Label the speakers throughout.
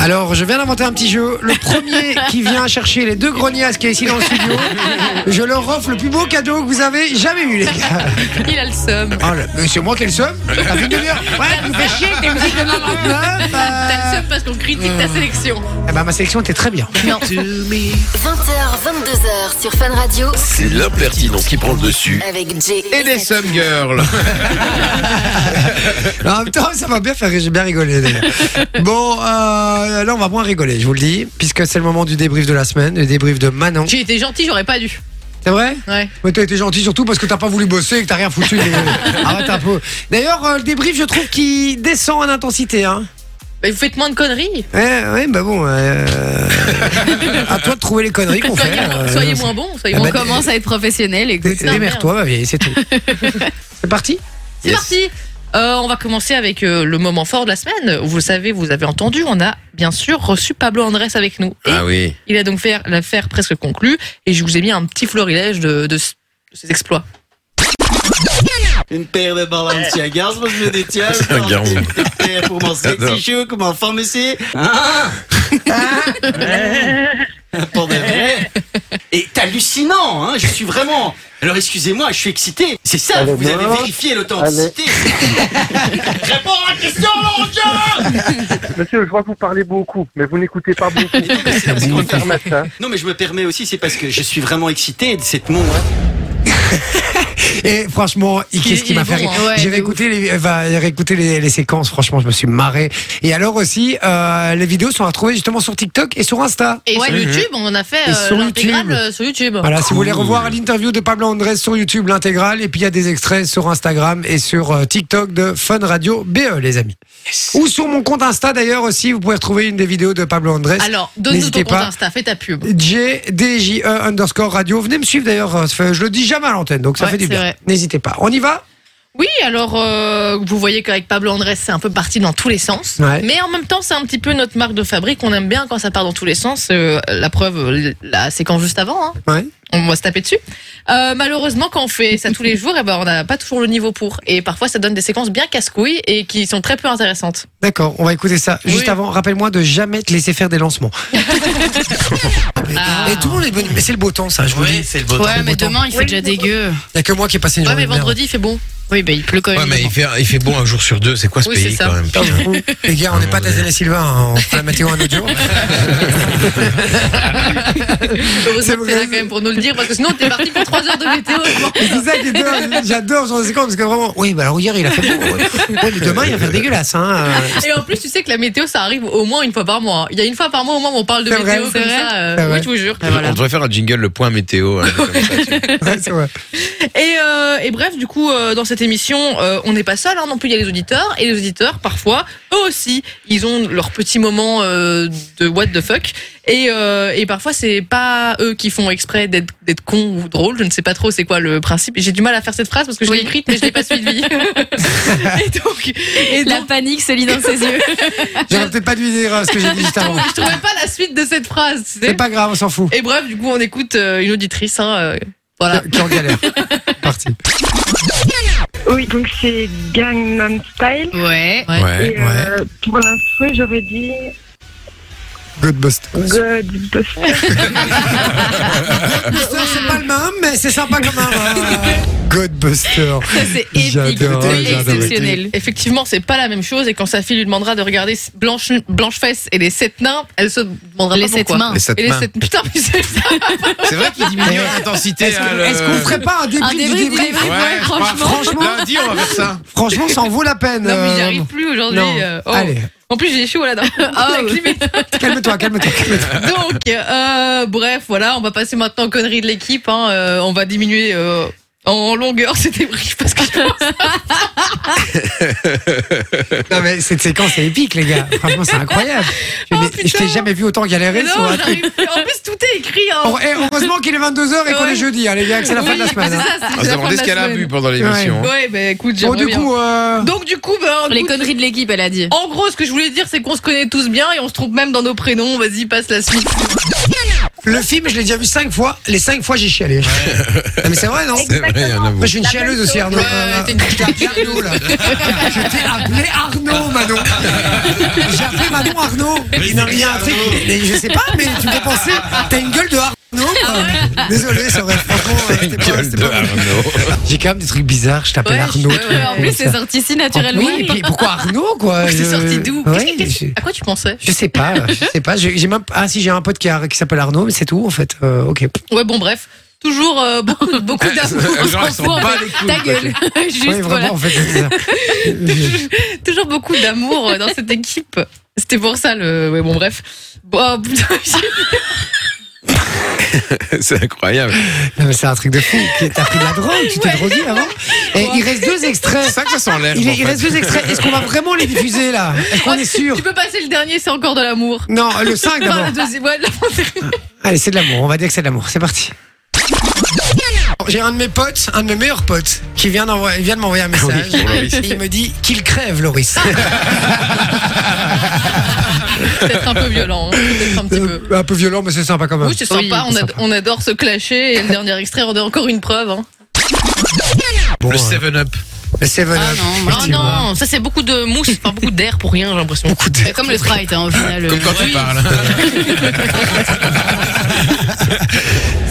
Speaker 1: Alors, je viens d'inventer un petit jeu. Le premier qui vient chercher les deux grognasses qui est ici dans le studio, je leur offre le plus beau cadeau que vous avez jamais eu, les gars.
Speaker 2: Il a le seum.
Speaker 1: Oh là, mais c'est moi qui ai le seum T'as vu de dire Ouais, vous faites chier avec tes musiques de maman. Ouais, bah,
Speaker 2: T'as le seum parce qu'on critique ta sélection.
Speaker 1: eh ben, ma sélection était très bien.
Speaker 3: 20h, 22h sur Fun Radio
Speaker 4: C'est l'impertinence qui prend le dessus.
Speaker 3: avec Jay
Speaker 5: Et des Sum Girls.
Speaker 1: Non, en même temps, ça m'a bien fait, j'ai bien rigolé. d'ailleurs. Bon, euh, là, on va moins rigoler, je vous le dis, puisque c'est le moment du débrief de la semaine, le débrief de Manon.
Speaker 2: J'ai été gentil, j'aurais pas dû.
Speaker 1: C'est vrai
Speaker 2: Ouais.
Speaker 1: Mais t'as été gentil surtout parce que t'as pas voulu bosser et que t'as rien foutu. mais- Arrête un peu. D'ailleurs, euh, le débrief, je trouve qu'il descend en intensité. Hein.
Speaker 2: Mais Bah, vous faites moins de conneries.
Speaker 1: Ouais, ouais, bah bon. euh, à toi de trouver les conneries qu'on fait.
Speaker 2: Soyez, moins-
Speaker 1: euh,
Speaker 2: soyez moins bon, soyez
Speaker 1: Ah
Speaker 2: moins
Speaker 1: bah,
Speaker 2: comment
Speaker 6: commence à être professionnel,
Speaker 1: Dé-
Speaker 6: écoute.
Speaker 2: Non,
Speaker 1: Démerde-toi, ma vieille, c'est tout. c'est parti
Speaker 2: C'est parti Euh, On va commencer avec euh, le moment fort de la semaine. Vous le savez, vous avez entendu, on a bien sûr reçu Pablo Andrés avec nous. Et
Speaker 5: Ah oui.
Speaker 2: il a donc fait l'affaire presque conclue. Et je vous ai mis un petit florilège de, de s- de ses exploits.
Speaker 7: Une paire de Balenciagas, moi je me détiens.
Speaker 5: Balenciagas.
Speaker 7: Une paire pour mon
Speaker 5: J'adore.
Speaker 7: sexy show, comme en pharmacie. Pour de vrai. Et t'es hallucinant, hein, je suis vraiment. Alors excusez-moi, je suis excité. C'est ça, vous avez vérifié l'authenticité. Réponds à la question, mon
Speaker 8: Monsieur, je vois que vous parlez beaucoup, mais vous n'écoutez pas beaucoup.
Speaker 7: Mais non, mais c'est parce
Speaker 8: Je peux
Speaker 7: qu'on
Speaker 8: me
Speaker 7: fait-
Speaker 8: permettre, hein.
Speaker 7: Non, mais je me permets aussi, c'est parce que je suis vraiment excité de cette hein. montre.
Speaker 1: Et franchement, il- qu'est-ce qui
Speaker 2: il
Speaker 1: m'a
Speaker 2: est
Speaker 1: fait
Speaker 2: bon,
Speaker 1: rire
Speaker 2: hein. Ouais,
Speaker 1: J'ai
Speaker 2: de
Speaker 1: réécouté, les, enfin, j'ai réécouté les, les séquences, franchement, je me suis marré. Et alors aussi, euh, les vidéos sont à retrouver justement sur TikTok et sur Insta.
Speaker 2: Et sur YouTube, on en a fait
Speaker 1: Et
Speaker 2: euh,
Speaker 1: sur
Speaker 2: l'intégrale
Speaker 1: YouTube.
Speaker 2: euh, sur YouTube.
Speaker 1: Voilà, si vous voulez revoir l'interview de Pablo Andrés sur YouTube, l'intégrale, et puis il y a des extraits sur Instagram et sur euh, TikTok de Fun Radio BE, les amis. Ou sur mon compte Insta d'ailleurs aussi, vous pouvez retrouver une des vidéos de Pablo Andrés.
Speaker 2: Alors, donne-nous ton
Speaker 1: N'hésitez
Speaker 2: compte
Speaker 1: pas.
Speaker 2: Insta, fais ta pub.
Speaker 1: JDJE E underscore radio. Venez me suivre d'ailleurs, euh, ça fait- je le dis jamais à l'antenne, donc ça
Speaker 2: Ouais,
Speaker 1: fait du
Speaker 2: c'est
Speaker 1: bien.
Speaker 2: vrai.
Speaker 1: N'hésitez pas. On y va
Speaker 2: Oui, alors euh, vous voyez qu'avec Pablo Andrés, c'est un peu parti dans tous les sens.
Speaker 1: Ouais.
Speaker 2: Mais en même temps, c'est un petit peu notre marque de fabrique. On aime bien quand ça part dans tous les sens. Euh, la preuve, euh, la séquence juste avant, hein.
Speaker 1: Ouais.
Speaker 2: on va se taper dessus. Euh, malheureusement, quand on fait ça tous les jours, eh ben, on n'a pas toujours le niveau pour. Et parfois, ça donne des séquences bien casse-couilles et qui sont très peu intéressantes.
Speaker 1: D'accord, on va écouter ça. Juste
Speaker 2: Oui.
Speaker 1: avant, rappelle-moi de jamais te laisser faire des lancements.
Speaker 2: Ah.
Speaker 1: Et tout le monde est bon, mais c'est le beau temps ça, Ah, je vous le dis.
Speaker 5: c'est le bon
Speaker 6: Ouais, mais demain, il fait déjà dégueu.
Speaker 1: Il y a que moi qui ai passé une
Speaker 2: Ouais,
Speaker 1: journée.
Speaker 2: mais
Speaker 1: de merde.
Speaker 2: vendredi, il fait bon.
Speaker 6: Oui, bah, il pleut quand même.
Speaker 5: Ouais, mais il fait, il fait bon un jour sur deux. C'est quoi ce
Speaker 2: Oui, c'est
Speaker 5: pays
Speaker 2: ça.
Speaker 5: quand même putain.
Speaker 1: Les gars, on n'est pas Tazana Sylvain, hein, on fait la météo un autre jour.
Speaker 2: Heureusement
Speaker 1: C'est
Speaker 2: que t'es là
Speaker 1: vrai.
Speaker 2: quand même pour nous le dire, parce que sinon, t'es parti pour 3 heures de météo. je m'en-
Speaker 1: C'est ça qui est dingue, j'adore genre, c'est con, parce que vraiment, oui, bah alors hier il a fait beau. Ouais, Ouais, mais demain il va faire dégueulasse. Hein. euh.
Speaker 2: Et en plus, tu sais que la météo, ça arrive au moins une fois par mois. Il y a une fois par mois au moins où on parle de
Speaker 1: C'est
Speaker 2: météo
Speaker 1: vrai, c'est
Speaker 2: comme
Speaker 1: vrai.
Speaker 2: ça. euh,
Speaker 1: C'est
Speaker 2: oui,
Speaker 1: vrai.
Speaker 2: je vous jure.
Speaker 5: On devrait faire un jingle, le point météo. hein, comme ça.
Speaker 1: Ouais, c'est vrai.
Speaker 2: Et, euh, et bref, du coup, euh, dans cette émission, euh, on n'est pas seul hein, non plus. Il y a les auditeurs et les auditeurs, parfois, eux aussi, ils ont leur petit moment euh, de what the fuck. Et, euh, et parfois, c'est pas eux qui font exprès d'être d'être cons ou drôles. Je ne sais pas trop c'est quoi le principe. J'ai du mal à faire cette phrase parce que je l'ai écrite, mais je l'ai pas suivie. et donc, et
Speaker 6: La
Speaker 2: donc,
Speaker 6: panique se lit dans ses yeux.
Speaker 1: J'aurais peut-être pas dû dire euh, ce que j'ai dit juste avant.
Speaker 2: je trouvais pas la suite de cette phrase. tu sais.
Speaker 1: C'est pas grave, on s'en fout. Ah,
Speaker 2: Et bref, du coup, on écoute euh, une auditrice. Hein, euh, voilà.
Speaker 1: Qui en galère. Parti.
Speaker 9: Oui, donc c'est Gangnam Style.
Speaker 6: Ouais.
Speaker 2: Ouais.
Speaker 5: Eh, Ouais.
Speaker 9: Et euh, pour l'instru, j'aurais dit
Speaker 1: Good bust.
Speaker 9: God.
Speaker 1: C'est pas le même, mais c'est sympa quand même. hein. Godbuster.
Speaker 6: Ça, c'est épique.
Speaker 1: J'adore,
Speaker 6: C'est
Speaker 1: j'adore.
Speaker 6: exceptionnel.
Speaker 2: Effectivement, c'est pas la même chose. Et quand sa fille lui demandera de regarder Blanche, Blanche Fesse et les sept nains, elle se demandera
Speaker 6: Les
Speaker 2: pas
Speaker 6: sept
Speaker 2: pourquoi.
Speaker 6: mains.
Speaker 5: Et cette
Speaker 2: Et les
Speaker 5: main.
Speaker 2: sept... Putain, mais c'est ça.
Speaker 5: C'est vrai qu'il diminue l'intensité.
Speaker 1: Est-ce
Speaker 5: hein,
Speaker 1: que-
Speaker 5: le-
Speaker 1: est-ce qu'on ferait pas un
Speaker 6: Un
Speaker 1: début du
Speaker 6: débrief,
Speaker 1: débrief
Speaker 6: débrief, ouais,
Speaker 5: Ouais, Bah,
Speaker 6: franchement.
Speaker 1: franchement.
Speaker 5: Lundi, on va faire ça.
Speaker 1: Franchement, ça en vaut la peine.
Speaker 2: Non, mais j'y
Speaker 1: euh,
Speaker 2: arrive plus aujourd'hui.
Speaker 1: non.
Speaker 2: euh, oh. Ah,
Speaker 1: Allez,
Speaker 2: En plus, j'ai chaud là. dans- la clim est-
Speaker 1: calme-toi, calme-toi. calme-toi.
Speaker 2: Donc, euh, bref, voilà, on va passer maintenant aux conneries de l'équipe. Hein, euh, on va diminuer. euh, En longueur, c'était débrief parce que
Speaker 1: Non, mais cette séquence est épique, les gars. Franchement, c'est incroyable. Je,
Speaker 2: Oh,
Speaker 1: mais je
Speaker 2: putain.
Speaker 1: t'ai jamais vu autant galérer
Speaker 2: Non,
Speaker 1: sur un truc.
Speaker 2: j'arrive plus. En plus, tout est écrit. Hein.
Speaker 1: Oh, eh, heureusement qu'il est 22h et qu'on
Speaker 2: Ouais.
Speaker 1: est jeudi, hein, les gars, que c'est la fin de la
Speaker 2: Oui,
Speaker 1: semaine.
Speaker 2: c'est
Speaker 1: hein.
Speaker 2: ça, c'est la
Speaker 5: On se
Speaker 2: fin de
Speaker 5: demandait
Speaker 2: la
Speaker 5: ce qu'elle a
Speaker 2: semaine.
Speaker 5: bu pendant l'émission. hein.
Speaker 2: Ouais, bah écoute,
Speaker 1: Bon,
Speaker 2: j'aimerais
Speaker 1: du
Speaker 2: bien.
Speaker 1: coup, euh,
Speaker 2: Donc du coup, ben,
Speaker 6: Les
Speaker 2: écoute,
Speaker 6: conneries de l'équipe, elle a dit.
Speaker 2: en gros, ce que je voulais dire, c'est qu'on se connaît tous bien et on se trouve même dans nos prénoms. Vas-y, passe la suite.
Speaker 1: le film, je l'ai déjà vu cinq fois. Les cinq fois, j'ai chialé. Non, mais c'est vrai, non
Speaker 5: C'est vrai, il y en a
Speaker 1: Moi, je suis une
Speaker 9: La
Speaker 1: chialeuse
Speaker 9: même
Speaker 1: aussi,
Speaker 9: chose.
Speaker 1: Arnaud.
Speaker 2: Ouais,
Speaker 1: Euh,
Speaker 2: t'es une
Speaker 1: je t'ai appelé Arnaud, là. Je t'ai appelé Arnaud, Manon. J'ai appelé Manon Arnaud.
Speaker 5: Mais
Speaker 1: non,
Speaker 5: c'est
Speaker 1: mais il y a un
Speaker 5: Arnaud.
Speaker 1: truc, mais je sais pas, mais tu me fais penser, t'as une gueule de Arnaud. quoi. Désolé, c'est vrai. Franchement, euh, c'était
Speaker 5: Une
Speaker 1: pas-
Speaker 5: gueule
Speaker 1: c'était
Speaker 5: de
Speaker 1: pas-
Speaker 5: Arnaud.
Speaker 1: J'ai quand même des trucs bizarres. Je t'appelle
Speaker 2: Ouais,
Speaker 1: Arnaud.
Speaker 2: je-
Speaker 1: tout
Speaker 2: ouais,
Speaker 1: le
Speaker 6: En
Speaker 1: coup,
Speaker 6: plus,
Speaker 1: ça.
Speaker 6: c'est sorti si naturellement.
Speaker 1: Oui, puis pourquoi Arnaud, quoi
Speaker 2: C'est
Speaker 1: Je-
Speaker 2: sorti d'où
Speaker 1: Ouais,
Speaker 2: Qu'est-ce que-
Speaker 1: je-
Speaker 2: À quoi tu pensais
Speaker 1: je sais pas, je sais pas. J'ai j'ai même ah si j'ai un pote qui, a- qui s'appelle Arnaud, mais c'est tout en fait. Euh, ok.
Speaker 2: Ouais, bon, bref. Toujours euh, beaucoup, beaucoup d'amour.
Speaker 5: Les gens, ils sont
Speaker 2: Pour-
Speaker 5: pas les couilles,
Speaker 6: Ta
Speaker 5: quoi.
Speaker 6: gueule. Juste,
Speaker 1: Ouais,
Speaker 6: voilà.
Speaker 1: vraiment en fait. c'est ça.
Speaker 2: Toujours beaucoup d'amour euh, dans cette équipe. C'était pour ça le. Ouais, bon, bref. Bon, ah, putain, j'ai-
Speaker 5: C'est incroyable.
Speaker 1: Non, mais c'est un truc de fou. T'as pris de la drogue, tu t'es drogué avant. Et il reste deux
Speaker 5: C'est
Speaker 1: extraits.
Speaker 5: ça que ça s'enlève.
Speaker 1: Il,
Speaker 5: en
Speaker 1: il
Speaker 5: fait.
Speaker 1: reste deux extraits. Est-ce qu'on va vraiment les diffuser là Est-ce qu'on est sûr
Speaker 2: tu peux passer le dernier, c'est encore de l'amour.
Speaker 1: Non, le 5
Speaker 2: Enfin,
Speaker 1: d'abord.
Speaker 2: Bah, la deuxième, ouais, la-
Speaker 1: Allez, c'est de l'amour. On va dire que c'est de l'amour. C'est parti. J'ai un de mes potes, un de mes meilleurs potes, qui vient, d'envoyer- il vient de m'envoyer un message.
Speaker 5: Ah Oui, pour Loris.
Speaker 1: Et il me dit qu'il crève, Loris.
Speaker 2: peut-être un peu violent, hein, peut-être un petit peu.
Speaker 1: Euh, un peu violent, mais c'est sympa quand même.
Speaker 2: Oui, c'est sympa, on, ad- on adore se clasher et le dernier extrait on a encore une preuve. Hein.
Speaker 1: Bon,
Speaker 5: Le
Speaker 1: euh,
Speaker 5: 7-Up.
Speaker 1: le Seven
Speaker 6: Ah
Speaker 1: Up,
Speaker 2: bah
Speaker 6: non, ah
Speaker 1: effectivement.
Speaker 6: non, ça c'est beaucoup de mousse, enfin beaucoup d'air pour rien, j'ai l'impression.
Speaker 1: Beaucoup d'air.
Speaker 6: C'est Comme le Sprite, hein, au final.
Speaker 5: Comme
Speaker 6: euh,
Speaker 5: quand tu parles.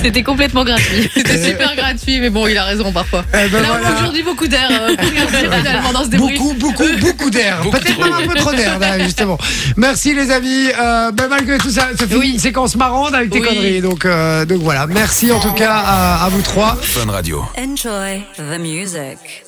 Speaker 6: C'était complètement gratuit.
Speaker 2: C'était super gratuit, mais bon, il a raison parfois.
Speaker 1: Eh ben
Speaker 2: Là,
Speaker 1: voilà.
Speaker 2: aujourd'hui, beaucoup d'air euh, pour rien dire, finalement, dans ce débrief.
Speaker 1: Beaucoup, beaucoup, beaucoup d'air.
Speaker 5: Beaucoup
Speaker 1: Peut-être
Speaker 5: trop.
Speaker 1: même un peu trop d'air, là, justement. Merci les amis. Euh, ben, malgré tout ça, ça fait une séquence marrante avec tes
Speaker 2: Oui. Oh.
Speaker 1: conneries. Donc, euh, donc voilà. Merci en tout cas à, à vous trois.
Speaker 4: Fun Radio.
Speaker 10: Enjoy the music.